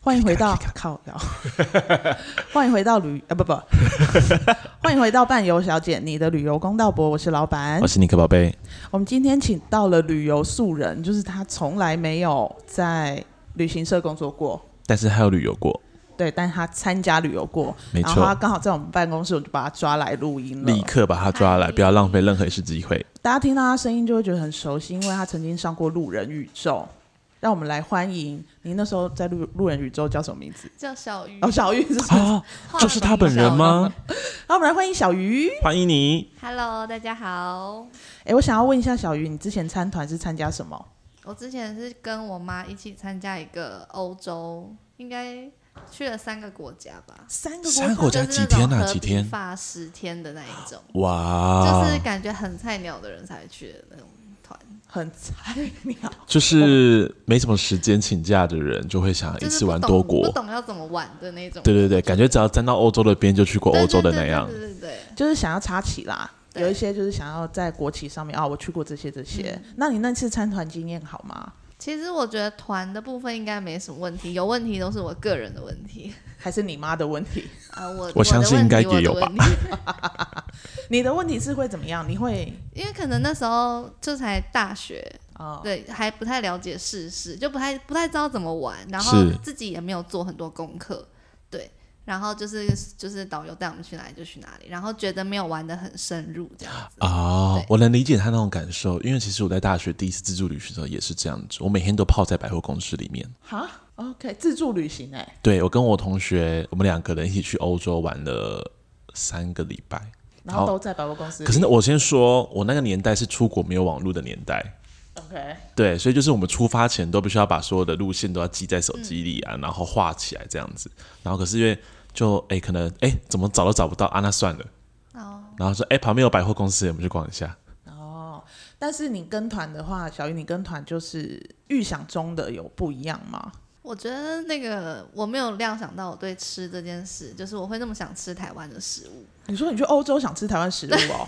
欢迎 回到靠聊， 欢迎回到旅啊不不， 欢迎回到伴游小姐，你的旅游公道博，我是老板我。是尼克宝贝，我们今天请到了旅游素人，就是他从来没有在旅行社工作过，但是还有旅游过，对，但他参加旅游过，没然后他错，刚好在我们办公室，我就把他抓来录音了立。刻把他抓来，不要浪费任何一次机会。大家听到他声音就会觉得很熟悉，因为他曾经上过《路人宇宙》。让我们来欢迎你。那时候在路《路人宇宙》叫什么名字？叫小鱼哦，小鱼是不是？啊，就是他本人吗？然后我们来欢迎小鱼。 欢迎你， ？Hello，大家好。哎，我想要问一下小鱼，你之前参团是参加什么？我之前是跟我妈一起参加一个欧洲，应该去了三个国家吧。三个三个国国家，家几天啊？几天？啊发十天的那一种，哇就是，感觉很菜鸟的人才会去的那种团，很菜鸟。就是没什么时间请假的人，就会想啊一就是次不玩懂多不国。懂要怎么玩的那种。对对对，感觉只要沾到欧洲的边，就去过对，欧洲的对那对样对。对对对。 就是想要插旗啦。对有一些就是想要在国旗上面哦，我去过这些这些。那你那次参团经验好吗？其实我觉得团的部分应该没什么问题，有问题都是我个人的问题。还是你妈的问题？啊，我我相信应该也有吧吧。我的问题你的问题是会怎么样？你会因为可能那时候就才大学，啊、对，还不太了解世事，就不太不太知道怎么玩，然后是自己也没有做很多功课，对，然后就是就是导游带我们去哪里就去哪里，然后觉得没有玩的很深入这样子。哦对，我能理解他那种感受，因为其实我在大学第一次自助旅行的时候也是这样子，我每天都泡在百货公司里面。 哈？OK，自助旅行哎、对我跟我同学，我们两个人一起去欧洲玩了三个礼拜。然后都在百货公司里。可是呢，我先说，我那个年代是出国没有网络的年代， OK，对，所以就是我们出发前都必须要把所有的路线都要记在手机里啊，然后画起来这样子。然后可是因为就哎、可能哎、怎么找都找不到啊，那算了。然后说哎、旁边有百货公司，我们去逛一下。但是你跟团的话，小鱼你跟团就是预想中的有不一样吗？我觉得那个我没有料想到我对吃这件事，就是我会那么想吃台湾的食物。你说你去欧洲想吃台湾食物哦，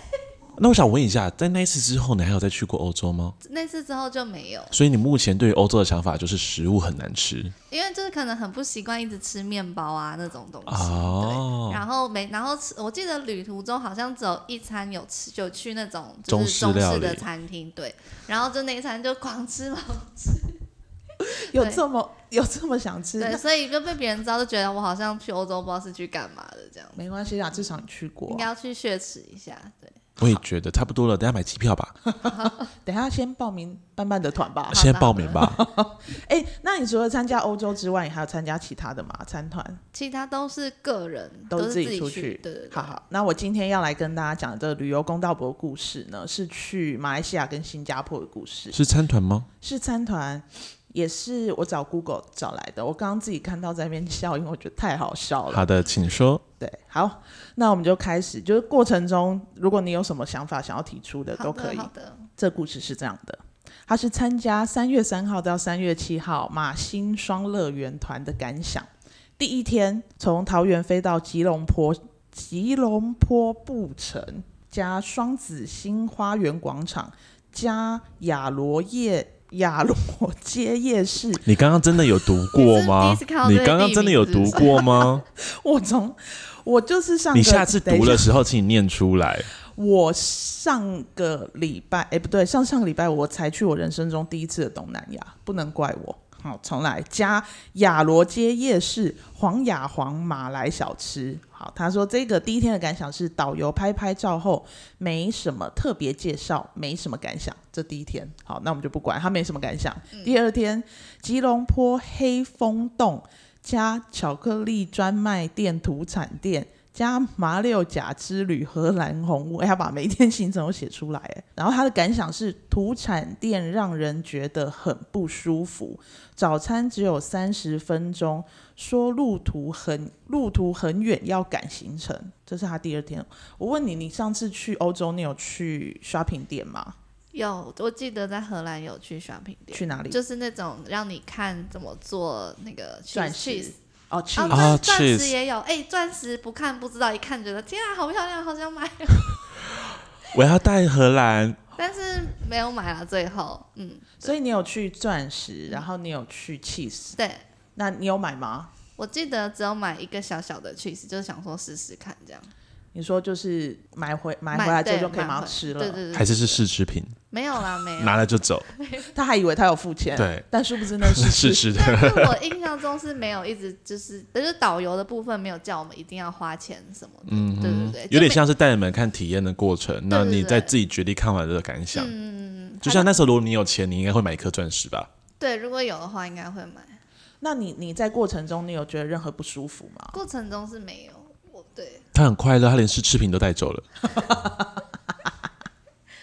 那我想问一下，在那一次之后，你还有再去过欧洲吗？那次之后就没有，所以你目前对于欧洲的想法就是食物很难吃因为就是可能很不习惯一直吃面包啊那种东西。哦，然后没，然后吃，我记得旅途中好像只有一餐有吃，就去那种就中是式中料式的理餐厅，对。然后就那一餐就狂吃 嘛，有这么有这么想吃？对，那所以就被别人知道，就觉得我好像去欧洲不知道是去干嘛的这样，没关系啊，至少你去过应。该要去血耻一下，对。我也觉得差不多了，等一下买机票吧，等一下先报名伴伴的团吧。 先报名吧。哎、那你除了参加欧洲之外，你还有参加其他的吗？参团其他都是个人，都都是是自己己出去去，对对对。好好，那我今天要来跟大家讲的旅游公道博故事呢，是去马来西亚跟新加坡的故事，是参团吗？是参团，也是我找 Google 找来的。我刚刚自己看到在那边笑，因为我觉得太好笑了。好的，请说。对，好，那我们就开始，就是过程中，如果你有什么想法想要提出的，好都可以。好的，这故事是这样的，他是参加三月三号到三月七号马新双乐园团的感想。第一天从桃园飞到吉隆坡，吉隆坡布城加双子星花园广场加雅罗夜雅罗街夜市， 你刚刚真的有读过吗你是第一次看到？这你个刚刚真的有读过吗？我从我就是上 个你下次等一读的时候，请你念出来。我上个礼拜，哎，不对，上上个礼拜我才去我人生中第一次的东南亚，不能怪我。好，重来加雅罗街夜市黄雅黄马来小吃。好，他说这个第一天的感想是导游拍拍照后没什么特别介绍，没什么感想。这第一天，好，那我们就不管他没什么感想。第二天，吉隆坡黑风洞加巧克力专卖店土产店加马六甲之旅荷兰红屋，哎、他把每一天行程都写出来。哎然后他的感想是，土产店让人觉得很不舒服，早餐只有三十分钟，说路途很路途很远，要赶行程。这是他第二天。我问你，你上次去欧洲，你有去 shopping 店吗？有，我记得在荷兰有去 shopping 店，去哪里？就是那种让你看怎么做那个钻 cheese 石 cheese。哦，去、哦，啊钻钻 cheese 石也有，哎，钻石不看不知道，一看觉得天啊，好漂亮，好想买。我要带荷兰，但是没有买了，最后，嗯，所以你有去钻石，然后你有去 cheese，对，那你有买吗？我记得只有买一个小小的 cheese，就是想说试试看这样。你说就是买回买回来之后对就可以马买回上吃了，对对对，还是是试吃品，没有啦，没有。拿了就走，他还以为他有付嗯钱，对，但殊不知那 是是试吃的。但是我印象中是没有一直就是，就是导游的部分没有叫我们一定要花钱什么的，嗯对对哼对， 有点就像是带你们看体验的过程，那对对你对再自己决定看完的感想。嗯，就像他那时候，如果你有钱，你应该会买一颗钻石吧？对，如果有的话应该会买。那你你在过程中你有觉得任何不舒服吗？过程中是没有，我对他很快乐，他连试吃品都带走了。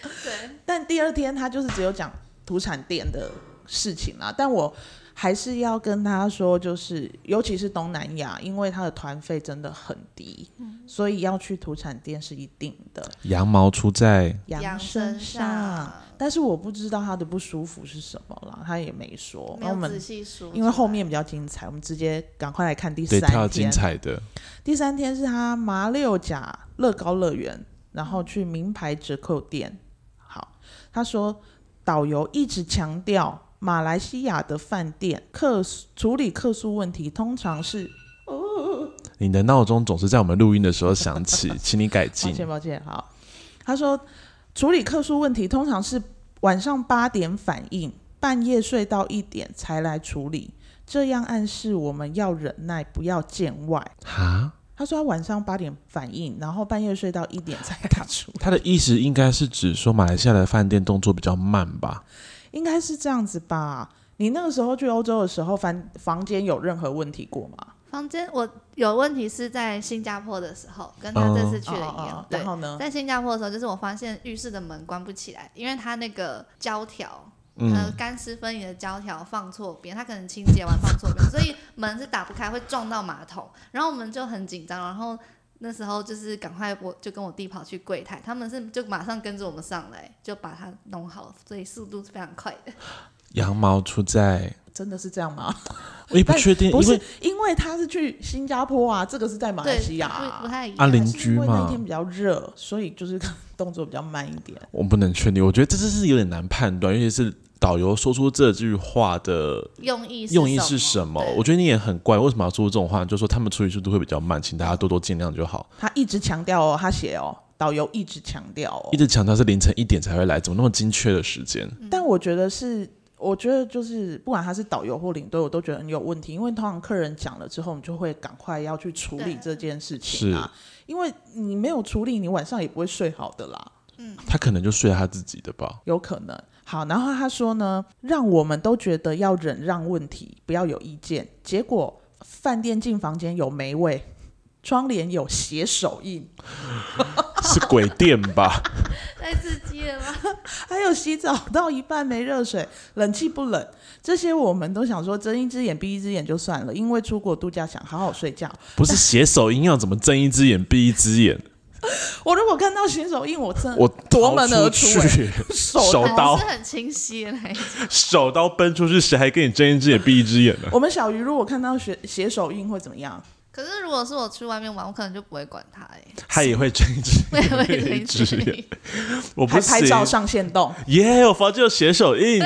对，但第二天他就是只有讲土产店的事情啦。但我还是要跟大家说，就是尤其是东南亚，因为它的团费真的很低，嗯所以要去土产店是一定的。羊毛出在羊身身上，但是我不知道他的不舒服是什么啦，他也没说。没那我有仔们细说出来，因为后面比较精彩，我们直接赶快来看第对三跳天精。彩的，第三天是他麻六甲乐高乐园，然后去名牌折扣店。好，他说导游一直强调，马来西亚的饭店客诉处理客诉问题通常是你的闹钟总是在我们录音的时候响 起，请你改抱进。歉抱歉，好，他说处理客诉问题通常是晚上八点反应，半夜睡到一点才来处理，这样暗示我们要忍耐，不要见外。哈，他说他晚上八点反应，然后半夜睡到一点才打出他的意思应该是指说马来西亚的饭店动作比较慢吧？ 应该是这样子吧？你那个时候去欧洲的时候，房房间有任何问题过吗？房间我有问题是在新加坡的时候，跟他哦这次去的一哦哦样哦。对然，后嗯呢？在新加坡的时候，就是我发现浴室的门关不起来，因为它那个胶条，呃嗯，，干湿分离的胶条放错边，它可能清洁完放错边，所以门是打不开，会撞到马桶。然后我们就很紧张，然后那时候就是赶快，我就跟我弟跑去柜台，他们是就马上跟着我们上来，就把它弄好，所以速度是非常快的。羊毛出在，真的是这样吗？我也不确定，不因是为，因为他是去新加坡啊，这个是在马来对，西亚、不不啊。太一哎啊样。邻还是因为居嘛那天比较热，所以就是可能动作比较慢一点。我不能确定，我觉得这真是有点难判断，尤其是导游说出这句话的用意用意是什么？我对觉得你也很怪，为什么要说这种话？就说他们处理速度会比较慢，请大家多多见谅就好。他一直强调哦，他写哦，导游一直强调哦一。直强调是凌晨一点才会来，怎么那么精确的时间？但我觉得是，我觉得就是不管他是导游或领队，我都觉得很有问题，因为通常客人讲了之后，你就会赶快要去处理对这件事情啊，因为你没有处理，你晚上也不会睡好的啦，他可能就睡他自己的吧。有可能。好，然后他说呢，让我们都觉得要忍让问题，不要有意见，结果饭店进房间有霉味。窗帘有血手印，是鬼店吧？太刺激了吗？还有洗澡到一半没热水， 冷气不冷，这些我们都想说睁一只眼闭一只眼就算了，因为出国度假想好好睡觉。不是写手音要怎么睁一只眼闭一只眼？我如果看到洗手印，我真我夺门而出、逃出欸，去，手手刀刀是很清晰的那一种。手刀奔出去，谁还给你睁一只眼闭一只眼呢？我们小鱼如果看到血血手印会怎么样？可是如果是我去外面玩，我可能就不会管它哎、欸， 他也会睁一只我也眼闭 会一只生眼。气。我还不拍行，照上线动，耶！我房间有写手印，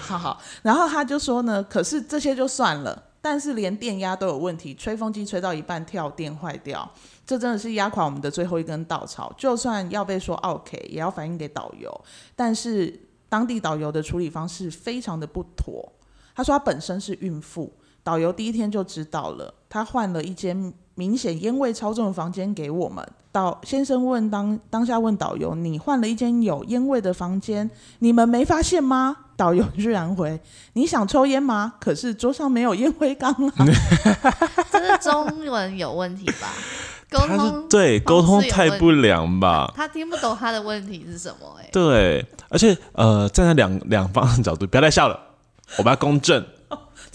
好好。然后他就说呢，可是这些就算了，但是连电压都有问题，吹风机吹到一半跳电坏掉，这真的是压垮我们的最后一根稻草。就算要被说 OK，也要反映给导游，但是当地导游的处理方式非常的不妥。他说他本身是孕妇，导游第一天就知道了，他换了一间明显烟味超重的房间给我们。导先生问当当下问导游：“你换了一间有烟味的房间，你们没发现吗？”导游居然回：“你想抽烟吗？可是桌上没有烟灰缸啊。 嗯这是中文有问题 吧？沟他是通对沟通太不良吧？他听不懂他的问题是什么、欸？哎，对，而且呃，站在两两方的角度，不要再笑了，我们要公正。”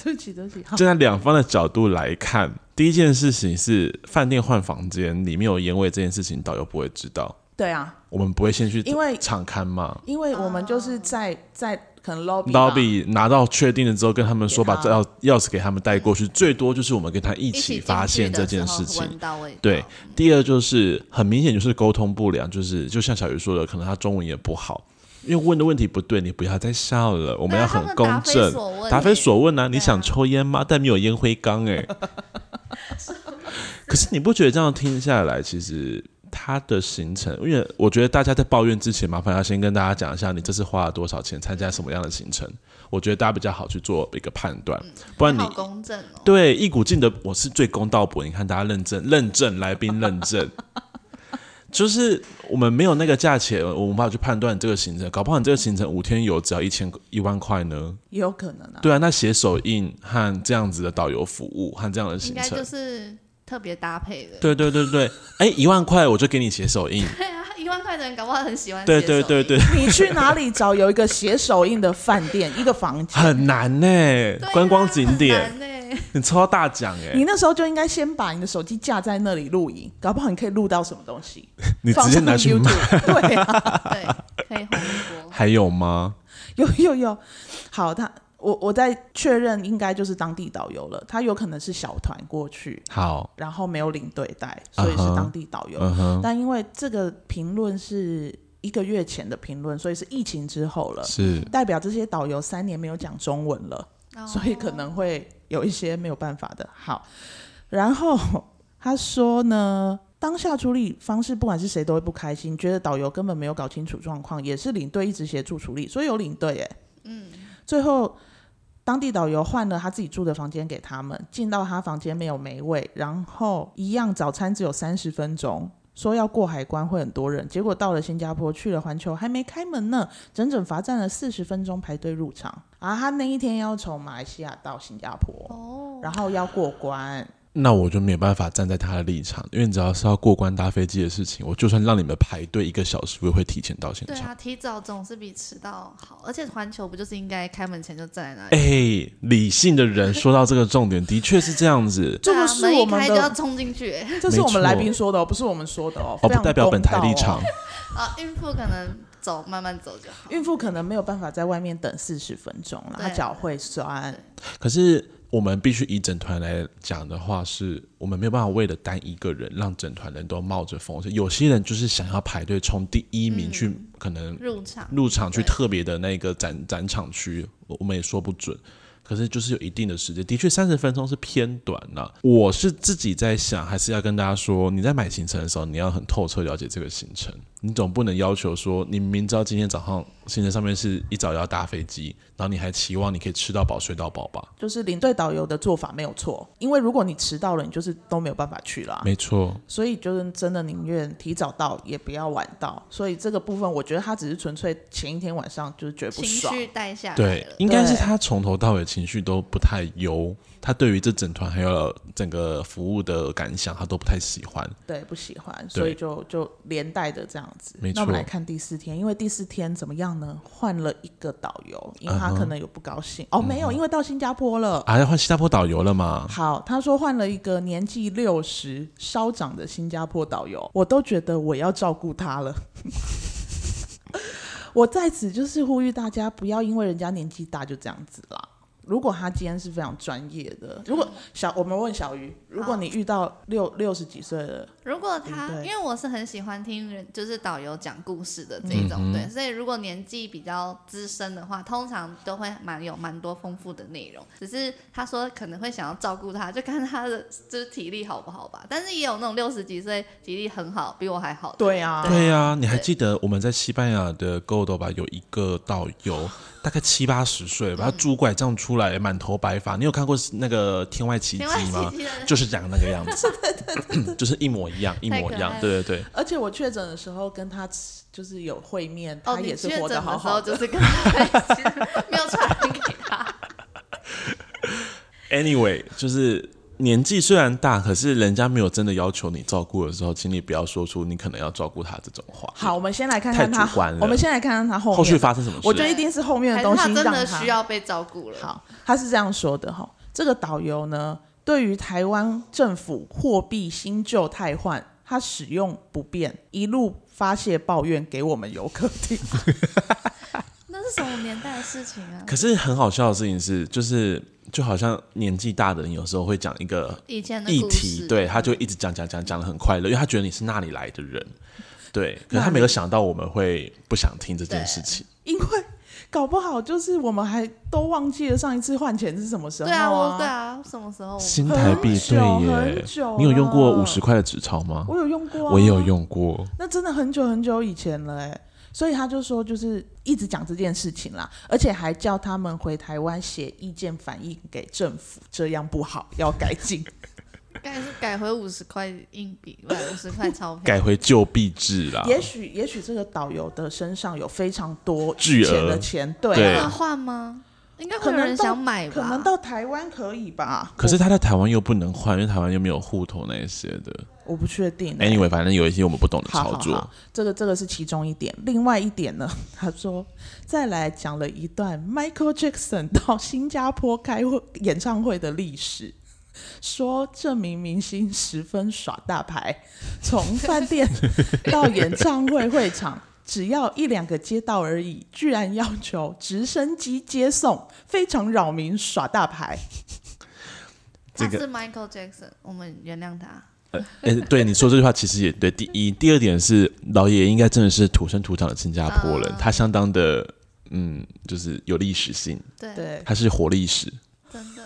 对不起，对不起。好站在两方的角度来看，第一件事情是饭店换房间里面有烟味这件事情，导游不会知道，对啊，我们不会先去因为场刊嘛。因为我们就是在在可能 lobby 吧 lobby 拿到确定了之后，跟他们说给把他钥钥匙给他们带过去，最多就是我们跟他一一起起发现进去这的件时候事情。闻到味道对，第二就是很明显就是沟通不良，就是就像小鱼说的，可能他中文也不好，因为问的问题不对，你不要再笑了，我我啊们要很公正。答答非非所问啊！对你想啊抽烟吗？但没有烟灰缸哎、 可是你不觉得这样听下来，其实他的行程，因为我觉得大家在抱怨之前，麻烦要先跟大家讲一下，你这次花了多少钱，参加什么样的行程，我觉得大家比较好去做一个判断，不然你好公正哦。对，一股劲的我是最公道伯，你看大家认证认证来宾认证，就是我们没有那个价钱，我们无法去判断你这个行程，搞不好你这个行程五天游只要一千一万块呢。也有可能啊。对啊，那写手印和这样子的导游服务和这样的应行该程就，是特别搭配的。对对对对，哎，一万块我就给你写手 印，对啊，一万块的人搞不好很喜欢。对对对对，，你去哪里找有一个写手印的饭店，一个房 间？很难呢、对啊观光景点很难欸你抽到大奖哎、你那时候就应该先把你的手机架在那里录影，搞不好你可以录到什么东西。你直接拿去卖，卖。对啊，欸对，可以红一波。还有吗？有 有有。好，他我我在确认应该就是当地导游了，他有可能是小团过去，好，然后没有领队带，所以是啊哈当地导游。嗯哼，但因为这个评论是一个月前的评论，所以是疫情之后了，是代表这些导游三年没有讲中文了。哦所以可能会有一些没有办法的。好，然后他说呢，当下处理方式不管是谁都会不开心，觉得导游根本没有搞清楚状况，也是领队一直协助处理，所以有领队哎，嗯，最后。当地导游换了他自己住的房间给他们，进到他房间没有没位，然后一样早餐只有三十分钟，说要过海关会很多人，结果到了新加坡去了环球还没开门呢，整整罚站了四十分钟排队入场啊！他那一天要从马来西亚到新加坡，哦，然后要过关，那我就没有办法站在他的立场，因为只要是要过关搭飞机的事情，我就算让你们排队一个小时，我也会提前到现对场。啊，提早总是比迟到好，而且环球不就是应该开门前就站在那哎、里？理性的人说到这个重点，的确是这样 子。这对啊个是门我一们开就要的，冲进去。欸这是我没错们来宾说的、哦，不是我们说的哦，哦，非不常代表本台公道哦立场。。啊，孕妇可能走慢慢走就好。孕妇可能没有办法在外面等四十分钟了，对她脚会酸。可是我们必须以整团来讲的话是，我们没有办法为了单一个人让整团人都冒着风险。有些人就是想要排队冲第一嗯名去，可能入场，入场去对特别的那个展展场区，我们也说不准。可是就是有一定的时间，的确三十分钟是偏短了、我是自己在想，还是要跟大家说，你在买行程的时候，你要很透彻了解这个行程。你总不能要求说，你明知道今天早上行程上面是一早要搭飞机，然后你还期望你可以吃到饱睡到饱吧？就是领队导游的做法没有错，因为如果你迟到了，你就是都没有办法去了啊。没错，所以就是真的宁愿提早到，也不要晚到。所以这个部分，我觉得他只是纯粹前一天晚上就是觉得不情爽，绪带下来对了，。应该是对他从头到尾情绪都不太优，他对于这整团还有整个服务的感想，他都不太喜欢。对，不喜欢，所以就就连带的这样子。没那我们错来看第四天，因为第四天怎么样呢？换了一个导游，因为他嗯哼可能有不高兴。嗯哦，没有，因为到新加坡了。啊，要换新加坡导游了嘛？好，他说换了一个年纪六十稍长的新加坡导游，我都觉得我要照顾他了。 我在此就是呼吁大家，不要因为人家年纪大就这样子啦。如果他今天是非常专业的，如果小我们问小鱼，如果你遇到六六十几岁的，如果他领，队因为我是很喜欢听人，就是导游讲故事的这嗯一种，对，所以如果年纪比较资深的话，通常都会蛮有蛮多丰富的内容。只是他说可能会想要照顾他，就看他的就是体力好不好吧。但是也有那种六十几岁体力很好，比我还好的。对啊，对呀、你还记得我们在西班牙的 Godo 吧？有一个导游，大概七八十岁嗯吧，他拄拐杖出来，满头白发。你有看过那个《天外奇迹天外》吗奇？迹的人就是长那个样 子， 就是一模一样，一模一样太。可爱对对对，而且我确诊的时候跟他吃就是有会面，哦，他也是你确活得诊的好时好候的。就是跟他在一起， 没有传染给他。 Anyway，就是年纪虽然大，可是人家没有真的要求你照顾的时候，请你不要说出你可能要照顾他这种话。好，我们先来看看太他主观了，我们先来看看他后哦面后续发生什么事？我觉得一定是后面还的是东他西真让的他需要被照顾了。好，他是这样说的哈，这个导游呢，对于台湾政府货币新旧汰换，他使用不便，一路发泄抱怨给我们游客听。 那是什么年代的事情啊？可是很好笑的事情是，就是就好像年纪大的人有时候会讲一个以前的议故题，事嗯对，他就一直讲讲讲讲的很快乐，因为他觉得你是那里来的人。对，可是他没有想到我们会不想听这件事情。因为搞不好就是我们还都忘记了上一次换钱是什么时候、对啊，我啊，对啊，什么时候我们新台币对很久很耶久，你有用过了五十块的纸钞吗？我有用过、啊，我也有，用过，那真的很久很久以前了哎、所以他就说，就是一直讲这件事情啦，而且还叫他们回台湾写意见反映给政府，这样不好，要改 进。改是改回五十块硬币，不五十块钞票。改回旧币制啦。也许，也许这个导游的身上有非常多巨以额前的钱，对对啊，能换吗？应该会可有能人到想买吧？可能到台湾可以吧？可是他在台湾又不能换，因为台湾又没有户头那些的。我我不确定、欸。 Anyway，反正有一些我们不懂的好操好作。好，这个这个是其中一点，另外一点呢， 他说再来讲了一段 Michael Jackson 到新加坡开会演唱会的历史，说这名明星十分耍大牌，从饭店 到演唱会会场。只要一两个街道而已，居然要求直升机接送，非常扰民，耍大牌。他这个是 Michael Jackson，我们原谅他。哎、对你说这句话其实也对。第一，第二点是老爷应该真的是土生土长的新加坡人，啊他相当的嗯，就是有历史性，对，对，他是活历史。真的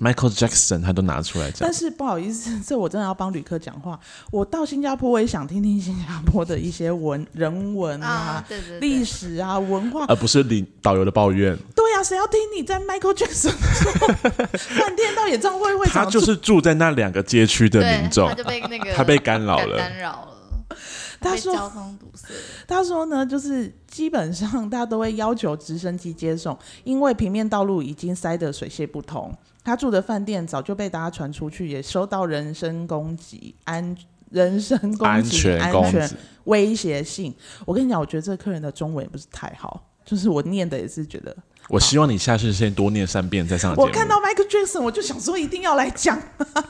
Michael Jackson 他都拿出来讲但，是不好意思，这我真的要帮旅客讲话。我到新加坡，我也想听听新加坡的一些文人文啊啊、，对对历对，史啊、文化。而不是领导游的抱怨。对啊，谁要听你在 Michael Jackson 说饭店到演唱会会他场就是住在那两个街区的对民众他，就被那个他被干扰干了。干扰了，他被说交通堵塞了，他说呢，就是基本上大家都会要求直升机接送，因为平面道路已经塞得水泄不通。他住的饭店早就被大家传出去，也收到人身攻击、安人身攻安击、全安公全子，威胁性。我跟你讲，我觉得这客人的中文也不是太好，就是我念的也是觉得，我希望你下次先多念三遍再上节目。我看到 Michael Jackson 我就想说一定要来讲。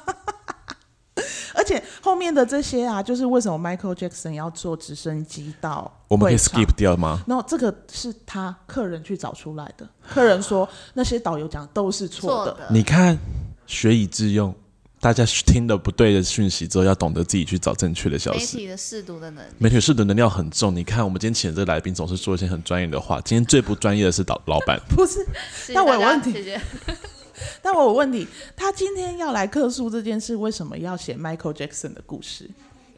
而且后面的这些啊，就是为什么 Michael Jackson 要坐直升机到我们可以会场 skip 掉吗？然后这个是他客人去找出来的。客人说那些导游讲都是错错的，的。你看，学以致用，大家听了不对的讯息之后，要懂得自己去找正确的消媒息。体的试读的能力，媒体是的能量很重，你看我们今天请的这个来宾总是说一些很专业的话，今天最不专业的是老老板，不是。谢谢但我大有家问题谢谢但我有问你，他今天要来客诉这件事，为什么要写 Michael Jackson 的故事，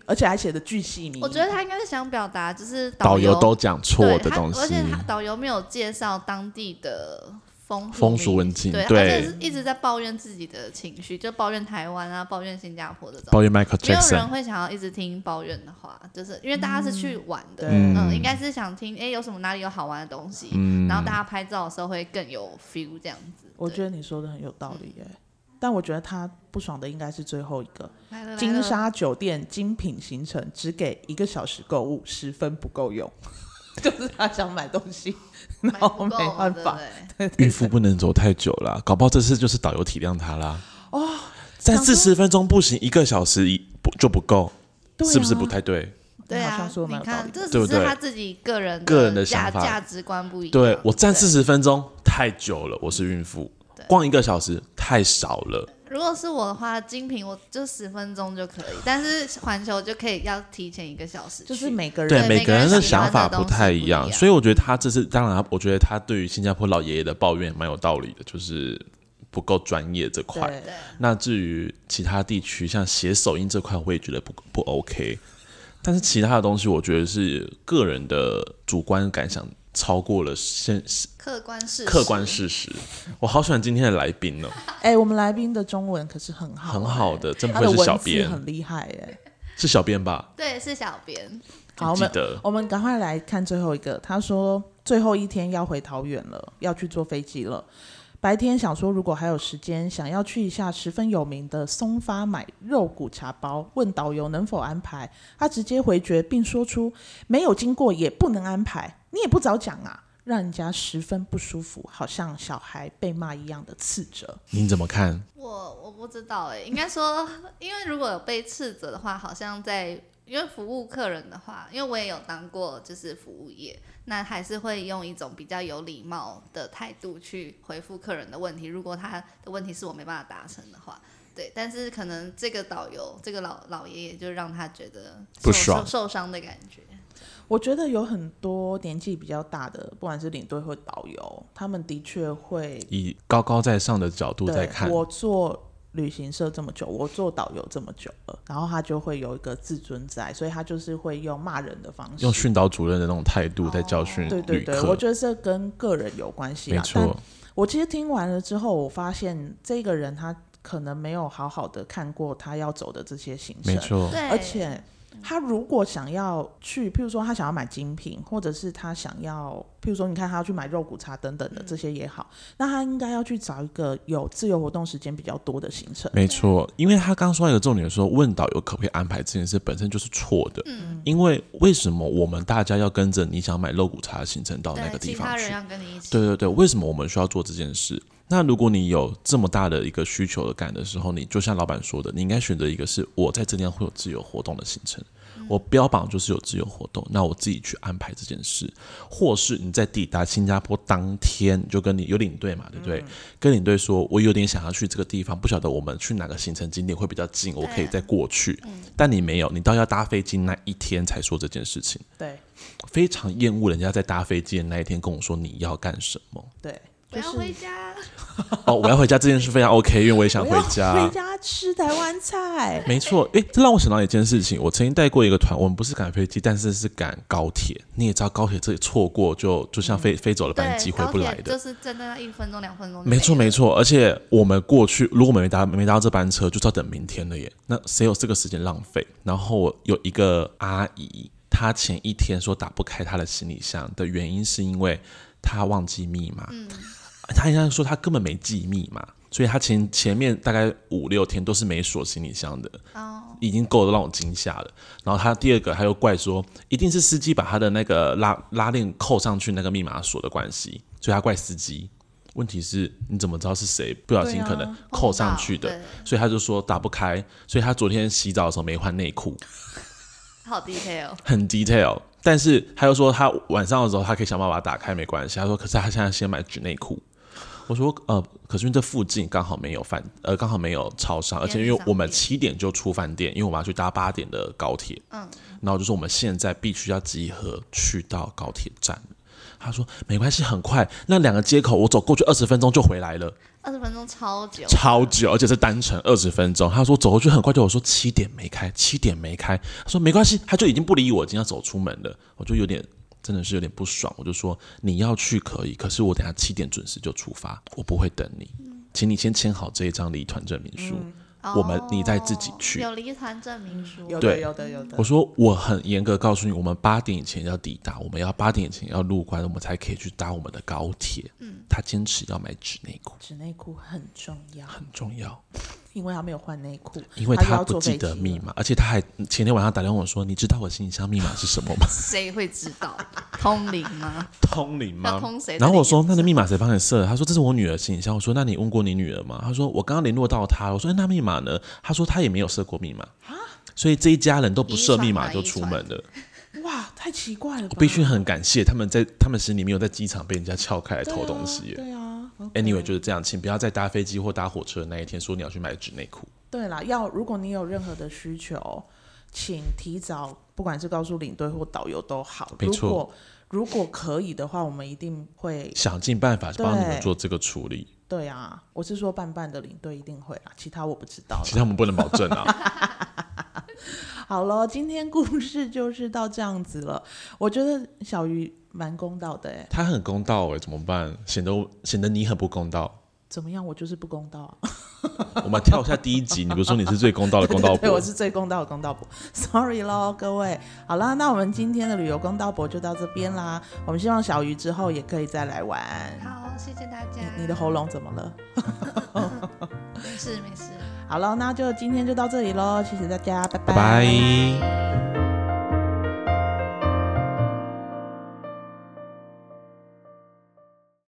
而且还写的巨细靡遗？我觉得他应该是想表达，就是导游游都讲错对的他东而西且，他导游没有介绍当地的风土风俗民文景对，对他就是一直在抱怨自己的情绪，就抱怨台湾啊，抱怨新加坡这种。抱怨 Michael 没有人 Jackson，会想要一直听抱怨的话，就是因为大家是去玩的，嗯嗯，对应该是想听哎、诶有什么哪里有好玩的东西，嗯然后大家拍照的时候会更有 feel 这样子。我觉得得你说的很有道嗯理耶、但我觉得他不爽的应该是最后一个，来了来金了沙酒店精品行程只给一个小时购物，十分不够用， 就是他想买东西，然买后 不没够嘛，办对法不，对？孕妇不能走太久啦，搞不好这次就是导游体谅他啦。哦，在想说四十分钟不行，一个小时一不就不够，对啊是不是不太对？ 对你好像啊说，得蛮你有道理看，的这对只不是对他自己个人个人的价想法价值观不一样。对我站对啊四十分钟太久了，我是孕妇，逛一个小时太少了。如果是我的话，精品我就十分钟就可以，但是环球就可以要提前一个小时去。就是每个对人每每个个人人的喜想欢法的不东西太不一一样，样所以我觉得他这是当然他，我觉得他对于新加坡老爷爷的抱怨蛮有道理的，就是不够专业这块。对那至于其他地区，像写手印这块，我也觉得不不 OK。但是其他的东西，我觉得是个人的主观感想超过了现客观事实，客观事实。我好喜欢今天的来宾哦，哎、我们来宾的中文可是很好、啊很好，的，真不他的愧是文小字编，很厉害耶、是小编吧？对，是小编，好，我记们得我们赶快来看最后一个。他说最后一天要回桃园了，要去坐飞机了。白天想说如果还有时间，想要去一下十分有名的松发买肉骨茶包，问导游能否安排，他直接回绝，并说出没有经过也不能安排，你也不早讲啊，让人家十分不舒服，好像小孩被骂一样的斥责。你怎么看？我我不知道哎、应该说，因为如果有被斥责的话，好像在因为服务客人的话，因为我也有当过就是服务业，那还是会用一种比较有礼貌的态度去回复客人的问题。如果他的问题是我没办法达成的话，对，但是可能这个导游，这个老老爷爷就让他觉得不受爽受受伤的感觉。我觉得有很多年纪比较大的，不管是领队或导游，他们的确会以高高在上的角度对在看，我做旅行社这么久，我做导游这么久了，然后他就会有一个自尊在，所以他就是会用骂人的方式用。训导主任的那种态度在教训哦对对旅对，我客，觉得这跟个人有关系没啊。但错，我其实听完了之后，我发现这个人他可能没有好好的看过他要走的这些行程没，错，对，而且他如果想要去，譬如说他想要买精品，或者是他想要，譬如说你看他要去买肉骨茶等等的这些也好，那他应该要去找一个有自由活动时间比较多的行程。没错。因为他刚说到一个重点说，问导游可不可以安排这件事本身就是错的，嗯因为为什么我们大家要跟着你想买肉骨茶的行程到那个地对其方他去人？要跟你一起，对对对，为什么我们需要做这件事？那如果你有这么大的一个需求感的时候，你就像老板说的，你应该选择一个是我在这地方会有自由活动的行程，我标榜就是有自由活动，那我自己去安排这件事，或是你在抵达新加坡当天，你就跟你有领队嘛，对不对？跟领队说，我有点想要去这个地方，不晓得我们去哪个行程景点会比较近，我可以再过去。但你没有，你到要搭飞机那一天才说这件事情，对非常厌恶人家在搭飞机的那一天跟我说你要干什么。对，我就要是回家。哦，我要回家这件事非常 OK，因为我也想我回要家回。家吃台湾菜。没错，诶，这让我想到一件事情。我曾经带过一个团，我们不是赶飞机，但是是赶高铁。你也知道，高铁这里错过就就像飞、飞走了班机对，回高不来铁的就。是真的要一分钟、两分钟就没没了。错没错，而且我们过去如果没搭没搭到这班车，就是要等明天了耶。那谁有这个时间浪费？然后我有一个阿姨，她前一天说打不开她的行李箱的原因是因为她忘记密码。他应该说他根本没记密码，所以他前前面大概五六天都是没锁行李箱的，已经够让我惊吓了。然后他第二个他又怪说，一定是司机把他的那个拉拉链扣上去那个密码锁的关系，所以他怪司机。问题是你怎么知道是谁不小心可能扣上去的？碰到所以他就说打不开，所以他昨天洗澡的时候没换内裤，好 detail，很 detail。但是他又说他晚上的时候他可以想办法把它打开，没关系。他说可是他现在先买纸内裤。我说呃，可是因为这附近刚好没有饭，呃，刚好没有超商，而且因为我们七点就出饭店，因为我们要去搭八点的高铁。嗯，然后就说我们现在必须要集合去到高铁站。他说没关系，很快，那两个街口我走过去二十分钟就回来了。二十分钟超久，超久，而且是单程二十分钟。他说走过去很快，就我说七点没开，七点没开。他说没关系，他就已经不理我，已经要走出门了。我就有点真的是有点不爽，我就说你要去可以，可是我等下七点准时就出发，我不会等你，请你先签好这一张离团证明书。我们你再自己去哦有离团证明书， 有的对有的有的我，说我很严格告诉你，我们八点以前要抵达，我们要八点以前要入关，我们才可以去搭我们的高铁。他坚持要买纸内裤，纸内裤很重要，很重要。因为他没有换内裤， 因为他就他要不坐记飞得机密了。码，而且他还前天晚上打电话我说：“你知道我行李箱密码是什么吗 谁会知道？通灵吗？？”通灵要通谁？然后我说：“那你密码谁帮你设的？”他说：“这是我女儿行李箱。”我说：“那你问过你女儿吗？”他说：“我刚刚联络到她。”我说：“哎那密码呢？”他说：“她也没有设过密码。”啊所以这一家人都不设密码就出门了。哇，太奇怪了吧！我必须很感谢他们在他们行李没有在机场被人家撬开来偷东西耶。对啊对啊 Anyway，就是这样，请不要在搭飞机或搭火车的那一天说你要去买纸内裤。对啦，要如果你有任何的需求，请提早，不管是告诉领队或导游都好。没错如果如果可以的话，我们一定会。想尽办法帮你们对做这个处理，对啊，我是说半半的领队一定会啦，其他我不知道其啦。他我们不能保证啊。好了，今天故事就是到这样子了。我觉得小鱼蛮公道的哎、他很公道哎、怎么办？显得我显得你很不公道。怎么样？我就是不公道啊！我们跳一下第一集，你不是说你是最公道的公道 对，婆我？是最公道的公道婆，sorry 喽，各位。好啦，那我们今天的旅游公道婆就到这边啦。我们希望小鱼之后也可以再来玩。好，谢谢大家。你你的喉咙怎么了？没事没事。好了，那就今天就到这里喽，谢谢大家，拜拜拜。拜拜